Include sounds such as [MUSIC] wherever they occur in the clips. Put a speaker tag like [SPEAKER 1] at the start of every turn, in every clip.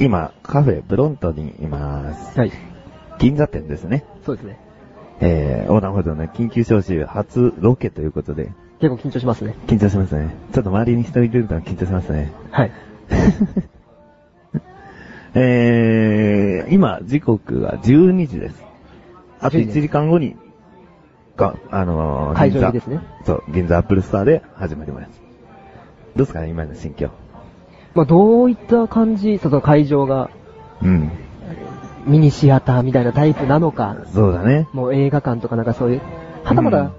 [SPEAKER 1] 今、カフェブロントにいます。
[SPEAKER 2] はい。
[SPEAKER 1] 銀座店ですね。
[SPEAKER 2] そうですね。
[SPEAKER 1] えー、横断歩道の緊急招集初ロケということで、
[SPEAKER 2] 結構緊張しますね。
[SPEAKER 1] 緊張しますね。ちょっと周りに人いるのは緊張しますね。
[SPEAKER 2] はい。 [LAUGHS]
[SPEAKER 1] えー、今、時刻は12時です。あと
[SPEAKER 2] 12
[SPEAKER 1] 1
[SPEAKER 2] 時
[SPEAKER 1] 時間後に、が、あのー、
[SPEAKER 2] 会場
[SPEAKER 1] 銀
[SPEAKER 2] 入
[SPEAKER 1] 座
[SPEAKER 2] りですね。
[SPEAKER 1] そう、銀座アップルスターで始まります。どうですかね、今の心境。
[SPEAKER 2] まあ、どういった感じ、その会場が、
[SPEAKER 1] うん。
[SPEAKER 2] ミニシアターみたいなタイプなのか、
[SPEAKER 1] そうだね。
[SPEAKER 2] もう映画館とかなんかそういう、はたま
[SPEAKER 1] うん
[SPEAKER 2] た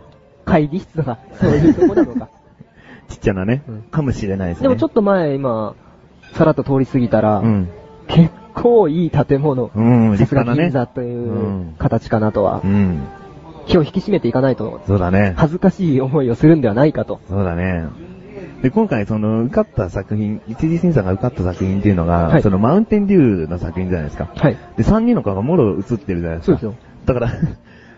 [SPEAKER 2] 会議室とか、そういうとこな
[SPEAKER 1] [LAUGHS]
[SPEAKER 2] のか。
[SPEAKER 1] ちっちゃなね、
[SPEAKER 2] うん
[SPEAKER 1] かもしれないですね。
[SPEAKER 2] でもちょっと前、今、さらっと通り過ぎたら、
[SPEAKER 1] うん。
[SPEAKER 2] 結構いい建物。
[SPEAKER 1] うん、
[SPEAKER 2] さ
[SPEAKER 1] 立
[SPEAKER 2] すが
[SPEAKER 1] 派なね。
[SPEAKER 2] 銀座という形かなとは
[SPEAKER 1] う、ん。
[SPEAKER 2] 気を引き締めていかないと、
[SPEAKER 1] そうだね。
[SPEAKER 2] 恥ずかしい思いをするんではないかと。
[SPEAKER 1] そうだね。で、今回、その、受かった作品、一次審査が受かった作品っていうのが、
[SPEAKER 2] はい
[SPEAKER 1] その、マウンテンデューの作品じゃないですか。
[SPEAKER 2] はい。
[SPEAKER 1] で、3人の顔がもろ映ってるじゃないです
[SPEAKER 2] そう
[SPEAKER 1] か。
[SPEAKER 2] ですよ。
[SPEAKER 1] だから、 [LAUGHS]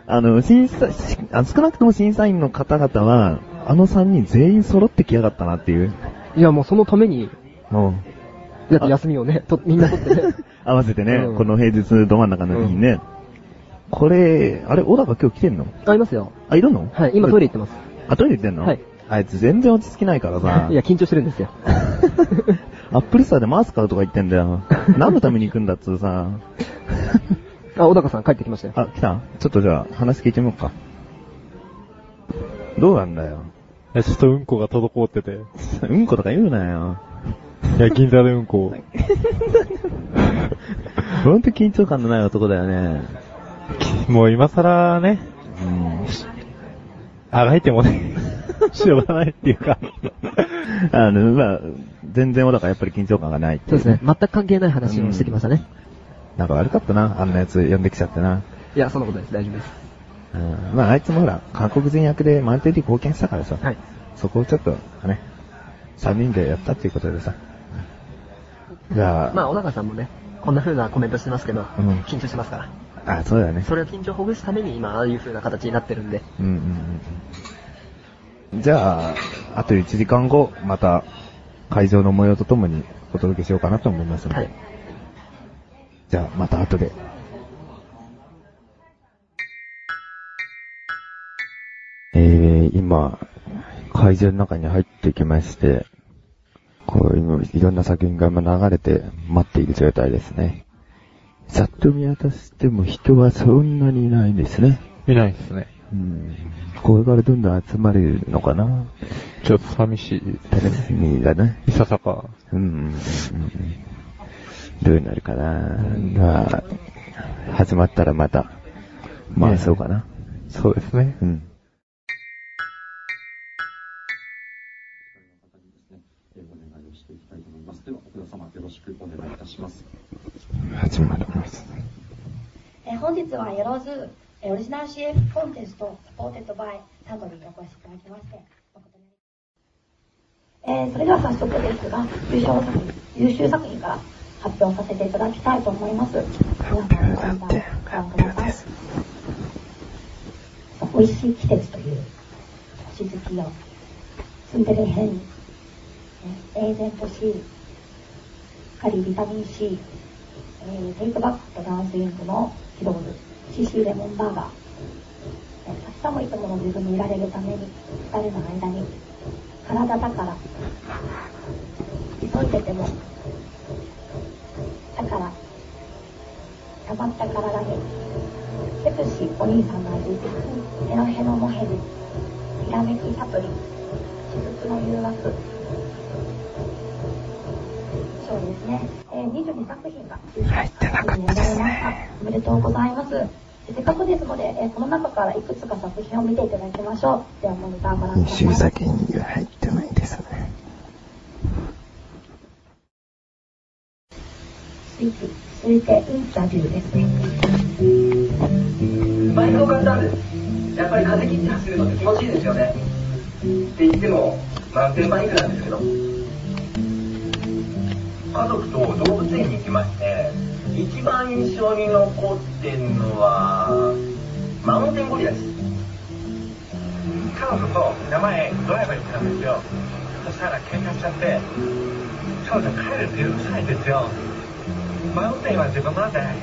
[SPEAKER 1] あの、審査、しあ少なくとも審査員の方々は、あの3人全員揃ってきやがったなっていう。
[SPEAKER 2] いや、もうそのために、
[SPEAKER 1] もう、
[SPEAKER 2] だって休みをね、とみんな取ってね。
[SPEAKER 1] 合わせてね、
[SPEAKER 2] うん
[SPEAKER 1] この平日ど真ん中の日にね。これ、あれ、小高今日来てんの
[SPEAKER 2] ありますよ。
[SPEAKER 1] あ、いるの
[SPEAKER 2] はい。今トイレ行ってます。
[SPEAKER 1] あ、トイレ行ってんの
[SPEAKER 2] はい。
[SPEAKER 1] あいつ全然落ち着きないからさ。
[SPEAKER 2] [LAUGHS] いや、緊張してるんですよ。
[SPEAKER 1] アップルスターでマウス買うとか言ってんだ
[SPEAKER 2] [LAUGHS]
[SPEAKER 1] よ。何のために行くんだっつうさ。
[SPEAKER 2] あ、小高さん帰ってきましたよ。
[SPEAKER 1] あ、来たちょっとじゃあ話聞いてみようか。どうなんだよ。
[SPEAKER 3] いや、ちょっとうんこが滞ってて。
[SPEAKER 1] うんことか言うなよ。
[SPEAKER 3] いや、銀座でう
[SPEAKER 1] [LAUGHS]
[SPEAKER 3] んこ。
[SPEAKER 1] ほんと緊張感のない男だよね。
[SPEAKER 3] もう今更ね、
[SPEAKER 1] うん。
[SPEAKER 3] あがいてもね、しょうがないっていうか。
[SPEAKER 1] あの、まあ、全然小高やっぱり緊張感がないってい
[SPEAKER 2] そうですね。全く関係ない話をしてきましたね。
[SPEAKER 1] なんか悪かったな、あんなやつ呼んできちゃってな。
[SPEAKER 2] いや、そんなことないです。大丈夫です。
[SPEAKER 1] うん。まあ、あいつもほら、韓国人役で満点に貢献したからさ。
[SPEAKER 2] はい。
[SPEAKER 1] そこをちょっと、ね、三人でやったっていうことでさ。じゃあ、
[SPEAKER 2] まあ、小高さんもね、こんな風なコメントしてますけど、
[SPEAKER 1] うん
[SPEAKER 2] 緊張しますから。
[SPEAKER 1] あ、そうだね。
[SPEAKER 2] それを緊張をほぐすために今、ああいう風な形になってるんで。
[SPEAKER 1] うんうんうん。じゃあ、あと1時間後、また、会場の模様とともにお届けしようかなと思いますので。
[SPEAKER 2] はい。
[SPEAKER 1] じゃあ、また後で。えー、今、会場の中に入ってきまして、こう、今いろんな作品が今流れて待っている状態ですね。ざっと見渡しても人はそんなにいないですね。
[SPEAKER 3] いないですね。
[SPEAKER 1] うん。これからどんどん集まるのかな
[SPEAKER 3] ちょっと寂しいです。
[SPEAKER 1] 楽しみだね。
[SPEAKER 3] いささか。
[SPEAKER 1] うんうんうんうん。どうなるかなまあ、始まったらまた、ま
[SPEAKER 3] ね
[SPEAKER 1] あ
[SPEAKER 3] え
[SPEAKER 1] そうかな。
[SPEAKER 3] そうですね。
[SPEAKER 1] うん。始まります。
[SPEAKER 4] えー本日はよろずえーオリジナル CF コンテストサポーテッドバイサンドリーにお越しいただきまして誠にえーそれでは早速ですが優勝作品優秀作品から発表させていただきたいと思います皆さんご覧ください美味しい季節という星月夜ツンデレヘンえーエージェント C カリビタミン C えーテイクバックとダンスイングのヒローズ、シシーレモンバーガー、えー明日もいつもの自分にいられるために、二人の間に、体だから、急いでても、だから、溜まった体に、セクシーお兄さんの味、ヘロヘロモヘビ、ひらめきサプリ、雫の誘惑、そうですね。えー、22作品が入ってなかったですね。おめでとうございます。えーせっかくですので、えーこの中からいくつか作品を見ていただきましょう。では、モニターから。
[SPEAKER 5] 二週先には入ってないですね。
[SPEAKER 4] 続いて、続いてインタビューですね。
[SPEAKER 6] バイクを買ったんです。やっぱり風切って走るのって気持ちいいですよね。って言っても、マウンテンバイクなんですけど。家族と動物園に行きまして、一番印象に残ってるのは、マウンテンゴリラです。彼女と名前ドライバーに行ったんですよ。そしたら喧嘩しちゃって、彼女帰るって許さないんですよ。迷って今自分なんじゃない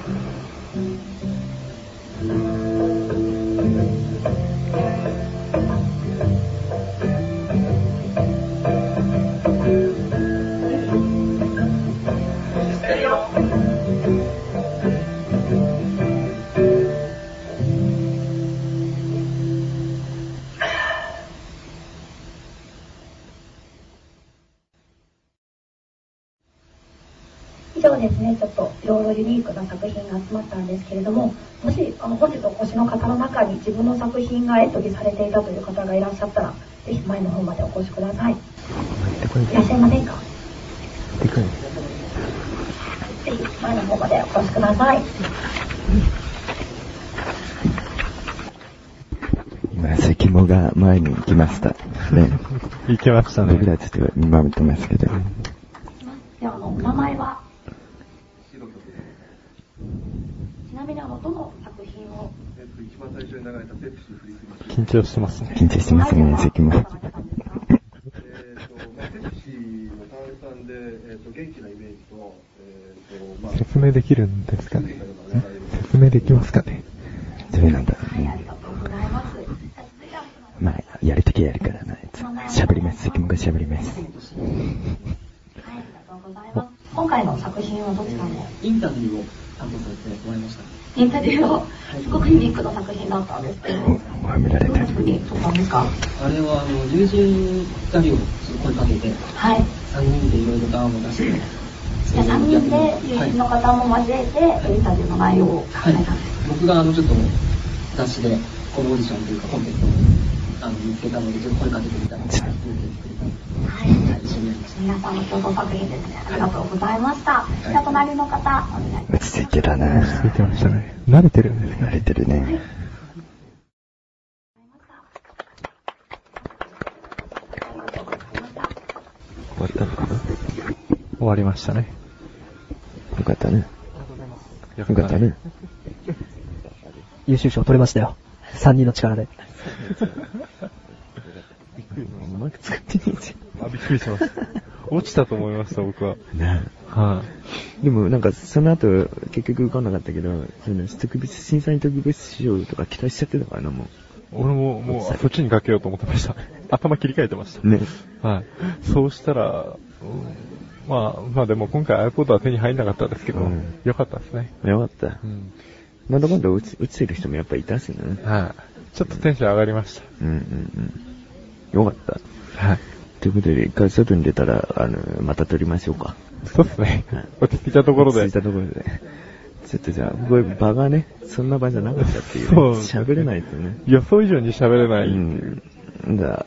[SPEAKER 6] してるよ
[SPEAKER 4] 以上ですね、ちょっといろいろユニークな作品が集まったんですけれども、もしあの本日お越しの方の中に自分の作品がエントリーされていたという方がいらっしゃったら、ぜひ前の方までお越しください。
[SPEAKER 5] ってこい、
[SPEAKER 4] いらっしゃいませんか
[SPEAKER 5] ってこい。
[SPEAKER 4] ぜひ前の方までお越しください。
[SPEAKER 1] 今、関もが前に行きました。ね。
[SPEAKER 3] 行きました
[SPEAKER 1] 僕
[SPEAKER 3] ね。
[SPEAKER 1] らちょっと見守ってますけど。
[SPEAKER 4] では、あの、お名前はちなみにあの、どの作品を
[SPEAKER 3] 緊張してますね。
[SPEAKER 1] 緊張してますね、関も。
[SPEAKER 3] 説明できるんですかね説明できますかね
[SPEAKER 1] どうなんだろうね。まあ、やるときはやるからな、あいつ。喋ります、関もが喋ります。
[SPEAKER 4] 今回の作品はどちらの
[SPEAKER 7] インタビューを担当させてもらいました。
[SPEAKER 4] インタビューをすごくユニークな作品だったんですけど、
[SPEAKER 1] お、褒められ
[SPEAKER 4] どん
[SPEAKER 1] た
[SPEAKER 4] な。風に撮ったんですか
[SPEAKER 7] あれは、あの、友人2人を声かけて、
[SPEAKER 4] はい。
[SPEAKER 7] 3人でいろいろと案を出して、
[SPEAKER 4] じゃあ3人で友人の方も交えて、インタビューの内容を考
[SPEAKER 7] は
[SPEAKER 4] え
[SPEAKER 7] い
[SPEAKER 4] たんです。。
[SPEAKER 7] 僕が、あの、ちょっと、雑誌で、このオーディションというか、コンテンツを、あの、見つけたので、ちょっと声かけてみたら、見てくれ
[SPEAKER 4] はい。
[SPEAKER 7] たはい、一緒にやりまし
[SPEAKER 4] 皆さんの共同作品ですね。ありがとうございました。じゃあ隣の方、お願いします。
[SPEAKER 1] 落ち着いてたな
[SPEAKER 3] ついてましたね。慣れてるんです
[SPEAKER 1] 慣
[SPEAKER 3] ね。
[SPEAKER 1] れてるね。終わったのかな
[SPEAKER 3] 終わりましたね。
[SPEAKER 1] よかったね。よかったね。
[SPEAKER 2] 優秀賞取れましたよ。3人の力で。
[SPEAKER 1] うまく作ってねえじ
[SPEAKER 3] あ、びっくりしま [LAUGHS] した。落ちたと思いました、僕は。
[SPEAKER 1] ゃん。なあ
[SPEAKER 3] は
[SPEAKER 1] でもなんかその後結局受かんなかったけど、その特別、審査員特別賞とか期待しちゃってたからな、も
[SPEAKER 3] い。俺も、もう、そっちにかけようと思ってました。頭切り替えてました
[SPEAKER 1] う。。ね。
[SPEAKER 3] はい。そうしたら、うんまあ、まあでも今回 iPod は手に入んなかったですけど、
[SPEAKER 1] うん
[SPEAKER 3] よかったですね。
[SPEAKER 1] よかった
[SPEAKER 3] う。ん。
[SPEAKER 1] まだ今度落ち落ちてる人もやっぱいたしな。
[SPEAKER 3] はい。ちょっとテンション上がりまし
[SPEAKER 1] うんうんうん。よかった。
[SPEAKER 3] た。はい。
[SPEAKER 1] ということで、一回外に出たら、あの、また撮りましょうか。
[SPEAKER 3] そうですね。落ち着いたと
[SPEAKER 1] と
[SPEAKER 3] ころで
[SPEAKER 1] 着い。たところで。ちょっとじゃあ、こういう場がね、そんな場じゃなかったっていう、ね。
[SPEAKER 3] そう
[SPEAKER 1] 喋れないとね。
[SPEAKER 3] 予想以上に喋れない。
[SPEAKER 1] うん。じゃあ、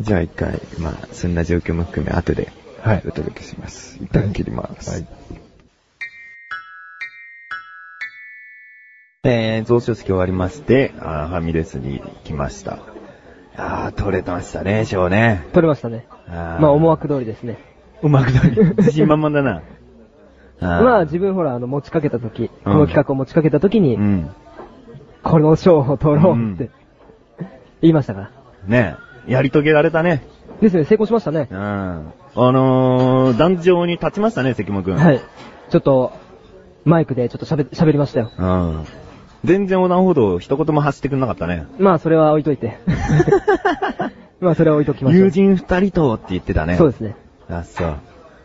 [SPEAKER 1] じゃあ一回、まあ、そんな状況も含め、後で、
[SPEAKER 3] はい
[SPEAKER 1] お届けします。一旦切ります。
[SPEAKER 3] はい
[SPEAKER 1] えー、増殖式終わりまして、あーファミレスに来ました。あー、取れてましたね、賞ね。
[SPEAKER 2] 取れましたね。
[SPEAKER 1] あー
[SPEAKER 2] まあ思惑通りですね。
[SPEAKER 1] うまくなり、自信満々だな。あー
[SPEAKER 2] まあ自分ほら、あの、持ちかけたとき、この企画を持ちかけたときに
[SPEAKER 1] う、ん。
[SPEAKER 2] この賞を取ろう
[SPEAKER 1] う
[SPEAKER 2] っ
[SPEAKER 1] ん
[SPEAKER 2] て、言いましたから。
[SPEAKER 1] ねえ、やり遂げられたね。
[SPEAKER 2] ですね、成功しましたね
[SPEAKER 1] う。ん。あのー、壇上に立ちましたね、関間くん。
[SPEAKER 2] はい。ちょっと、マイクでちょっと喋、喋りましたよ。
[SPEAKER 1] うん。全然横断歩道一言も走ってくんなかったね。
[SPEAKER 2] まあそれは置いとい
[SPEAKER 1] [LAUGHS]
[SPEAKER 2] て。まあそれは置いときましょう。
[SPEAKER 1] 友人二人とって言ってたね。
[SPEAKER 2] そうですね。
[SPEAKER 1] あ、そう。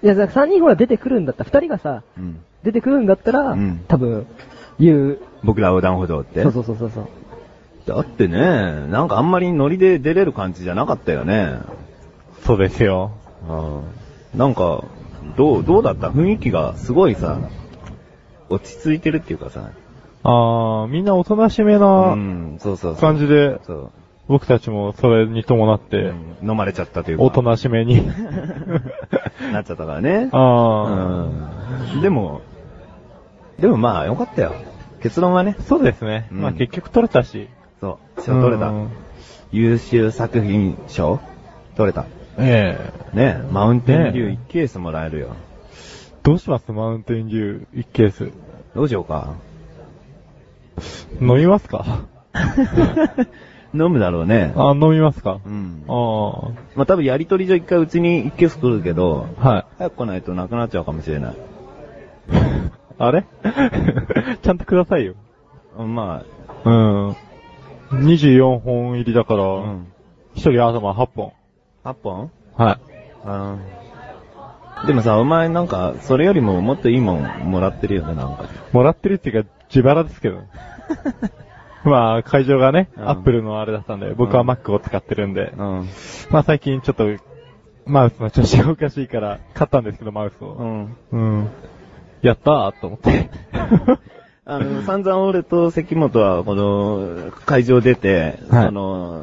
[SPEAKER 2] いや、だから3人ほら出てくるんだったら、2人がさ、
[SPEAKER 1] うん。
[SPEAKER 2] 出てくるんだったら、
[SPEAKER 1] うん
[SPEAKER 2] 多分、言う。
[SPEAKER 1] 僕ら横断歩道って。
[SPEAKER 2] そうそうそうそうそう。
[SPEAKER 1] だってね、なんかあんまりノリで出れる感じじゃなかったよね。
[SPEAKER 3] そうですよ。
[SPEAKER 1] うん。なんか、どう、どうだった雰囲気がすごいさ、落ち着いてるっていうかさ。
[SPEAKER 3] あー、みんなおとなしめ
[SPEAKER 1] う、
[SPEAKER 3] なん
[SPEAKER 1] そうそうそう。
[SPEAKER 3] 感じで、
[SPEAKER 1] そう。
[SPEAKER 3] 僕たちもそれに伴って、
[SPEAKER 1] 飲まれちゃったというか。
[SPEAKER 3] おとなしめに。
[SPEAKER 1] [LAUGHS] なっちゃったからね。
[SPEAKER 3] あ
[SPEAKER 1] うん。でも、でもまあ、よかったよ。結論はね
[SPEAKER 3] ー、、そうですね。
[SPEAKER 1] うん
[SPEAKER 3] まあ結局取れたし。
[SPEAKER 1] そう、賞取れた
[SPEAKER 3] う。ん
[SPEAKER 1] 優秀作品賞取れた。
[SPEAKER 3] ええ。
[SPEAKER 1] ねえマウンテンデュー
[SPEAKER 3] ね
[SPEAKER 1] 1ケースもらえるよ。
[SPEAKER 3] どうしますマウンテンデュー1ケース。
[SPEAKER 1] どうしよう
[SPEAKER 3] [LAUGHS]
[SPEAKER 1] か。
[SPEAKER 3] 飲みま
[SPEAKER 1] [LAUGHS]
[SPEAKER 3] すか
[SPEAKER 1] 飲むだろうね。
[SPEAKER 3] あ、飲みますか
[SPEAKER 1] うん
[SPEAKER 3] あ。あ
[SPEAKER 1] まあ多分やりとり上一回うちに1ケース取るけど、
[SPEAKER 3] ー、は
[SPEAKER 1] 早く来ないとなくなっちゃうかもしれない。
[SPEAKER 3] い。あれ [LAUGHS] ちゃんとくださいよ。
[SPEAKER 1] ま
[SPEAKER 3] うん。24本入りだから、
[SPEAKER 1] あ、うん。
[SPEAKER 3] 一人頭8本。
[SPEAKER 1] 8本
[SPEAKER 3] は
[SPEAKER 1] うん。でもさ、お前なんか、それよりももっといいもんもらってるよね、なんか。
[SPEAKER 3] い。もらってるっていうか、自腹です
[SPEAKER 1] [LAUGHS]
[SPEAKER 3] けど。まあ、会場がね、
[SPEAKER 1] うん
[SPEAKER 3] アップルのあれだったんで、僕は
[SPEAKER 1] うん
[SPEAKER 3] Mac を使ってるんで、
[SPEAKER 1] うん。
[SPEAKER 3] まあ最近ちょっと、マウスの調子がおかしいから、買ったんですけど、マウスを。
[SPEAKER 1] ん。
[SPEAKER 3] うん。やったーと
[SPEAKER 1] [LAUGHS]
[SPEAKER 3] 思って。
[SPEAKER 1] あの、散々俺と関本は、この、会場出て、
[SPEAKER 3] はい
[SPEAKER 1] その、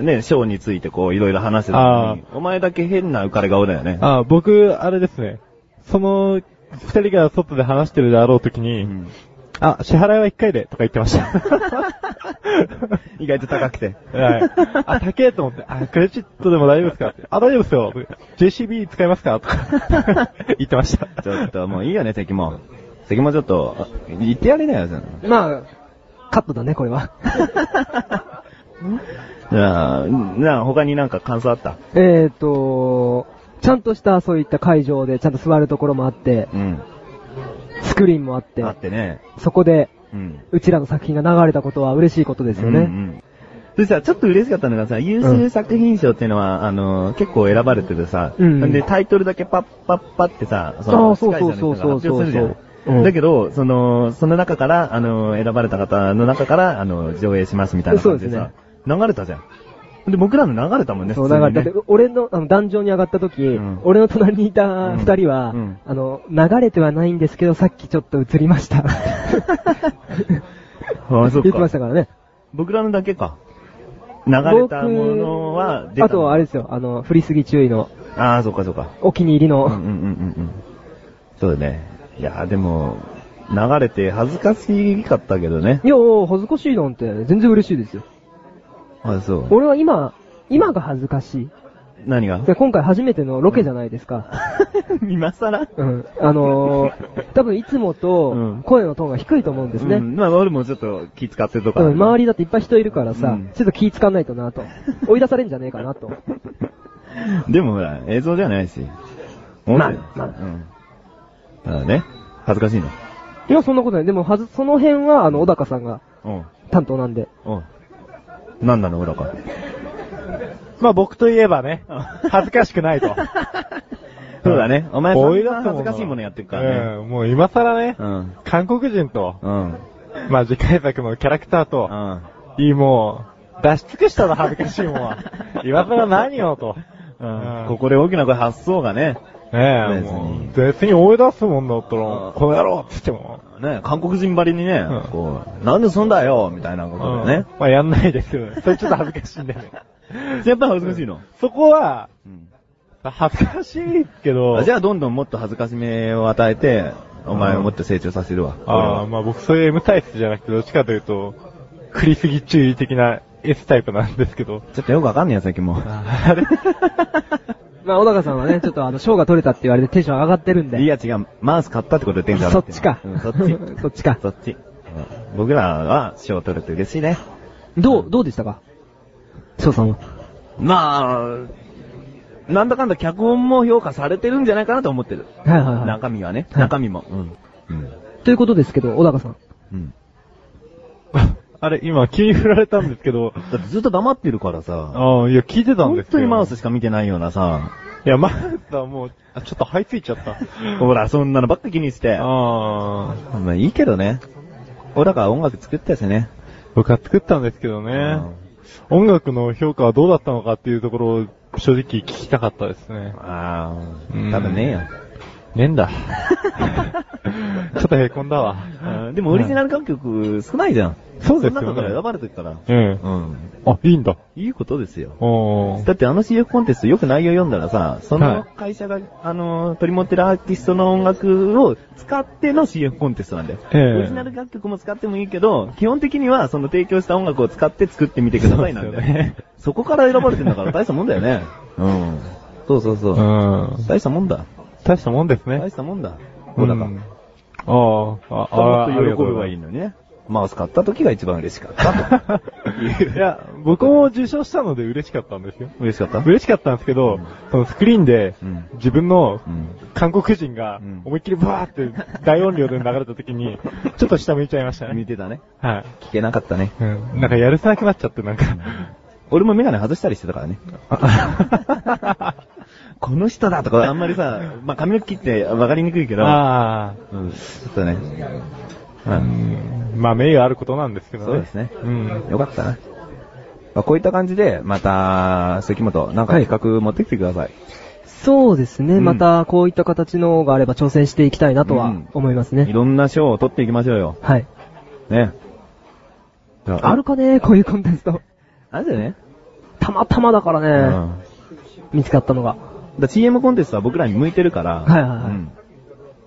[SPEAKER 1] ね、ショーについてこう、いろいろ話してたのに、お前だけ変な浮かれ顔だよね。
[SPEAKER 3] あ、僕、あれですね。その、二人が外で話してるであろうときに、
[SPEAKER 1] うん
[SPEAKER 3] あ、支払いは一回で、とか言って
[SPEAKER 1] [LAUGHS]
[SPEAKER 3] ました。
[SPEAKER 1] 意外と高くて。 [LAUGHS]
[SPEAKER 3] はい。あ、高えと思って、あ、クレジットでも大丈夫ですかってあ、大丈夫ですよ。JCB 使いますかと
[SPEAKER 1] [LAUGHS]
[SPEAKER 3] か言ってました。
[SPEAKER 1] ちょっともういいよね、関も。関もちょっと、あ言ってやれないよ、じゃ
[SPEAKER 2] まあ、カットだね、こ
[SPEAKER 1] [LAUGHS]
[SPEAKER 2] れは。
[SPEAKER 1] あ。じゃあ、なあ他になんか感想あった
[SPEAKER 2] えーと、ちゃんとしたそういった会場で、ちゃんと座るところもあって、
[SPEAKER 1] うん。
[SPEAKER 2] スクリーンもあって
[SPEAKER 1] あ、ってね。
[SPEAKER 2] そこで、
[SPEAKER 1] うん。
[SPEAKER 2] うちらの作品が流れたことは嬉しいことですよ
[SPEAKER 1] うんう
[SPEAKER 2] ね。
[SPEAKER 1] んでさ、ちょっと嬉しかったのがさ、優秀作品賞っていうのは、あの、結構選ばれててさ、
[SPEAKER 2] うんうん
[SPEAKER 1] で、タイトルだけパッパッパってさ、
[SPEAKER 2] あーそうそうそうそうそう
[SPEAKER 1] 司会者の人が発表するじゃん
[SPEAKER 2] うん
[SPEAKER 1] だけど、その、その中から、あの、選ばれた方の中から、あの、上映しますみたいな感じで
[SPEAKER 2] そう
[SPEAKER 1] さ
[SPEAKER 2] で、
[SPEAKER 1] 流れたじゃん。で、僕らの流れたもんね、
[SPEAKER 2] そう、
[SPEAKER 1] 普通
[SPEAKER 2] だ
[SPEAKER 1] に
[SPEAKER 2] か
[SPEAKER 1] ね
[SPEAKER 2] ら、だって、俺の、あの、壇上に上がった時、
[SPEAKER 1] うん
[SPEAKER 2] 俺の隣にいた二人は、
[SPEAKER 1] うんうん
[SPEAKER 2] あの、流れてはないんですけど、さっきちょっと映り
[SPEAKER 1] [LAUGHS]
[SPEAKER 2] ました。
[SPEAKER 1] ああ、そっ
[SPEAKER 2] 言ってまし
[SPEAKER 1] か。
[SPEAKER 2] たからね。
[SPEAKER 1] 僕らのだけか。流れたものは出たの。
[SPEAKER 2] あと、あれですよ、あの、振りすぎ注意の、
[SPEAKER 1] ああ、そっかそっか。
[SPEAKER 2] お気に入りの、
[SPEAKER 1] うんうんうんうんうん。そうだね。いやーでも、流れて恥ずかしかったけどね。
[SPEAKER 2] いや、恥ずかしいなんて、全然嬉しいですよ。
[SPEAKER 1] あ、そう。
[SPEAKER 2] 俺は今、今が恥ずかし
[SPEAKER 1] 何
[SPEAKER 2] い。
[SPEAKER 1] が
[SPEAKER 2] で今回初めてのロケじゃないですか。
[SPEAKER 1] [LAUGHS] 今更
[SPEAKER 2] うん。あのー、多分いつ
[SPEAKER 1] う
[SPEAKER 2] も
[SPEAKER 1] ん
[SPEAKER 2] と、声のトーンが低いと思うんですね。
[SPEAKER 1] う
[SPEAKER 2] うん
[SPEAKER 1] んまあ俺もちょっと気使ってるとか。
[SPEAKER 2] 周
[SPEAKER 1] り。
[SPEAKER 2] りだっていっぱい人いるからさ、
[SPEAKER 1] うん
[SPEAKER 2] ちょっと気使わないとな [LAUGHS] と。追い出されんじゃねえかなと。
[SPEAKER 1] でもほら、映像ではないし。まあ、まあ。うん。ただね、恥ずかしいの。
[SPEAKER 2] いや、そんなことない。でも、はず、その辺は、あの、小高さんが
[SPEAKER 1] うん。
[SPEAKER 2] 担当なんで。
[SPEAKER 1] うん。なんなの、裏か。
[SPEAKER 3] まあ僕といえばね、恥ずかしくないと。
[SPEAKER 1] そうだね。お前さ
[SPEAKER 3] おい
[SPEAKER 1] ん
[SPEAKER 3] ら
[SPEAKER 1] は恥ずかしいものやってるからね。
[SPEAKER 3] うん、もう今更ね
[SPEAKER 1] う、ん。
[SPEAKER 3] 韓国人と、
[SPEAKER 1] うん。
[SPEAKER 3] まあ次回作のキャラクター
[SPEAKER 1] う
[SPEAKER 3] と、
[SPEAKER 1] ん。
[SPEAKER 3] いいもう、出し尽くしたの恥ずかしいもん
[SPEAKER 1] [LAUGHS]
[SPEAKER 3] は。今更何をと。
[SPEAKER 1] うん
[SPEAKER 3] うん
[SPEAKER 1] ここで大きな声発想がね、
[SPEAKER 3] ねえ、
[SPEAKER 1] 別に
[SPEAKER 3] もう、別に追い出すもんだったら
[SPEAKER 1] うん、
[SPEAKER 3] この野郎って言っても。
[SPEAKER 1] ね、韓国人ばりにね、
[SPEAKER 3] うん
[SPEAKER 1] こう、なんでそんだよみたいなことでね。
[SPEAKER 3] うんまあやんないで
[SPEAKER 1] [LAUGHS]
[SPEAKER 3] すよね。それちょっと恥ずかしいんだよね。
[SPEAKER 1] やっぱ恥ずかしいの。
[SPEAKER 3] そこは、
[SPEAKER 1] うん
[SPEAKER 3] 恥ずかしいけど
[SPEAKER 1] あ、じゃあどんどんもっと恥ずかしめを与えて、お前をもっと成長させるわ。
[SPEAKER 3] ああ、まあ僕そういう M タイプじゃなくて、どっちかというと、食りすぎ注意的な S タイプなんですけど。 [LAUGHS]
[SPEAKER 1] ちょっとよくわかんないや、最近
[SPEAKER 2] [LAUGHS]
[SPEAKER 1] もう。
[SPEAKER 3] あれ
[SPEAKER 2] まあ、小高さんはね、ちょっとあの、賞が取れたって言われてテンション上がってるんで。
[SPEAKER 1] いや違う、マウス買ったってこと言ってんじゃん。
[SPEAKER 2] そっちか
[SPEAKER 1] うんそっち。
[SPEAKER 2] [LAUGHS] そっちか
[SPEAKER 1] そっち。うん僕らは賞取れて嬉しいね。
[SPEAKER 2] どう、どうでしたか翔さんは。
[SPEAKER 1] まあ、なんだかんだ脚本も評価されてるんじゃないかなと思ってる。
[SPEAKER 2] はいはいはい。
[SPEAKER 1] 中身はね。
[SPEAKER 2] はい
[SPEAKER 1] 中身も。うん。うん。
[SPEAKER 2] ということですけど、小高さん。
[SPEAKER 1] うん。
[SPEAKER 3] あれ、今急に振られたんです
[SPEAKER 1] [LAUGHS]
[SPEAKER 3] けど、
[SPEAKER 1] だってずっと黙ってるからさ、
[SPEAKER 3] ああ、いや、聞いてたん
[SPEAKER 1] 本
[SPEAKER 3] ですけど。
[SPEAKER 1] 当にマウスしか見てないようなさ、
[SPEAKER 3] いや、マウスはもう、あちょっと這いついちゃった。
[SPEAKER 1] ほら、そんなのばっか気にして。
[SPEAKER 3] ああ。
[SPEAKER 1] まあいいけどね。俺だから音楽作ったしね。
[SPEAKER 3] 僕は作ったんですけどね。音楽の評価はどうだったのかっていうところを正直聞きたかったですね。
[SPEAKER 1] ああ
[SPEAKER 3] う、ん
[SPEAKER 1] 多分ねえよ。
[SPEAKER 3] ねえんだ。 [LAUGHS] ちょっとへこんだわ。
[SPEAKER 1] あーでもオリジナル楽曲少ないじゃん。
[SPEAKER 3] そうですよね
[SPEAKER 1] その中から選ばれてるから。
[SPEAKER 3] うん。
[SPEAKER 1] うん。
[SPEAKER 3] あ、いいんだ。
[SPEAKER 1] いいことですよ。
[SPEAKER 3] おー。
[SPEAKER 1] だってあの CF コンテストよく内容読んだらさ、そ
[SPEAKER 3] は
[SPEAKER 1] の
[SPEAKER 3] い
[SPEAKER 1] 会社が、あのー、取り持ってるアーティストの音楽を使っての CF コンテストなんだよ。
[SPEAKER 3] ええ
[SPEAKER 1] オリジナル楽曲も使ってもいいけど、基本的にはその提供した音楽を使って作ってみてくださいなんだ
[SPEAKER 3] そうです
[SPEAKER 1] よ。
[SPEAKER 3] よね
[SPEAKER 1] そこから選ばれてんだから大したもんだよね。うん。そうそうそうう。
[SPEAKER 3] ん。
[SPEAKER 1] 大したもんだ。
[SPEAKER 3] 大したもんですね
[SPEAKER 1] 大。したもんだ。
[SPEAKER 3] う
[SPEAKER 1] 小
[SPEAKER 3] ん
[SPEAKER 1] 高。
[SPEAKER 3] ああ、あ
[SPEAKER 1] もっと
[SPEAKER 3] ありが
[SPEAKER 1] 喜
[SPEAKER 3] とう
[SPEAKER 1] べ
[SPEAKER 3] ござ
[SPEAKER 1] ば
[SPEAKER 3] い
[SPEAKER 1] いい
[SPEAKER 3] ま
[SPEAKER 1] の
[SPEAKER 3] す
[SPEAKER 1] にね。マウス買った時が一番嬉しか
[SPEAKER 3] [LAUGHS]
[SPEAKER 1] ったという。
[SPEAKER 3] いや、僕も受賞したので嬉しかったんですよ。
[SPEAKER 1] 嬉しかった
[SPEAKER 3] 嬉しかったんですけど、そのスクリーンで
[SPEAKER 1] うん、
[SPEAKER 3] 自分の
[SPEAKER 1] うん
[SPEAKER 3] 韓国人が
[SPEAKER 1] うん
[SPEAKER 3] 思いっきりバーって大音量で流れた時 [LAUGHS] に、ちょっと下向いちゃいました
[SPEAKER 1] 見
[SPEAKER 3] ね。
[SPEAKER 1] てたね。
[SPEAKER 3] はい。
[SPEAKER 1] 聞けなかったね。
[SPEAKER 3] うん。なんかやるせなくなっちゃって、なんか。
[SPEAKER 1] 俺もメガネ外したりしてたから
[SPEAKER 2] [LAUGHS]
[SPEAKER 1] ね。この人だとか、あんまりさ、まあ、髪の毛切ってわかりにくいけど、
[SPEAKER 3] [LAUGHS] あ
[SPEAKER 1] うん、ちょっとね、
[SPEAKER 3] あ。うん。まあ、名誉あることなんですけどね。
[SPEAKER 1] そうですね
[SPEAKER 3] うん。
[SPEAKER 1] よかったな。まあ、こういった感じで、また、関本、なんか
[SPEAKER 2] はい
[SPEAKER 1] 企画持ってきてください。
[SPEAKER 2] そうですね。
[SPEAKER 1] ん
[SPEAKER 2] また、こういった形のがあれば挑戦していきたいなと
[SPEAKER 1] う
[SPEAKER 2] は
[SPEAKER 1] ん
[SPEAKER 2] 思います
[SPEAKER 1] い、
[SPEAKER 2] ね。
[SPEAKER 1] ろんな賞を取っていきましょうよ。
[SPEAKER 2] はい。
[SPEAKER 1] ね。じゃ
[SPEAKER 2] あるかね、こういうコンテンツと。
[SPEAKER 1] あれだよね。
[SPEAKER 2] たまたまだから
[SPEAKER 1] う
[SPEAKER 2] ね、
[SPEAKER 1] ん。
[SPEAKER 2] 見つかったのが。
[SPEAKER 1] だ CM コンテストは僕らに向いてるから、
[SPEAKER 2] はいはいはい
[SPEAKER 1] うん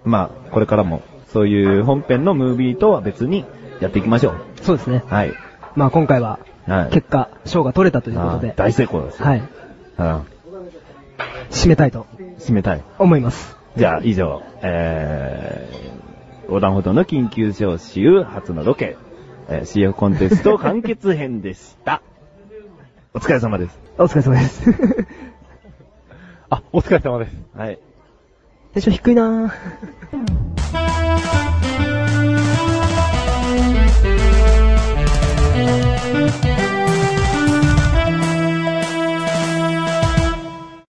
[SPEAKER 1] まあ、これからも、そういう本編のムービーとは別にやっていきましょう。
[SPEAKER 2] そうですね。
[SPEAKER 1] はい。
[SPEAKER 2] まあ今回は、
[SPEAKER 1] はい。
[SPEAKER 2] 結果、賞が取れたということ
[SPEAKER 1] あ
[SPEAKER 2] で
[SPEAKER 1] ー、大成功ですよ。
[SPEAKER 2] はい。
[SPEAKER 1] うん。
[SPEAKER 2] 締めたいと
[SPEAKER 1] 締めたい。
[SPEAKER 2] 思います。
[SPEAKER 1] じゃあ、以上、えー、横断歩道の緊急招集初のロケ、えー、CF コンテスト完結編で
[SPEAKER 2] [LAUGHS]
[SPEAKER 1] した。お疲れ様です。
[SPEAKER 2] お疲れ様
[SPEAKER 1] [LAUGHS]
[SPEAKER 2] です。 [LAUGHS]
[SPEAKER 3] あ、お疲れ様です。
[SPEAKER 1] はい。
[SPEAKER 2] テンション低いなぁ。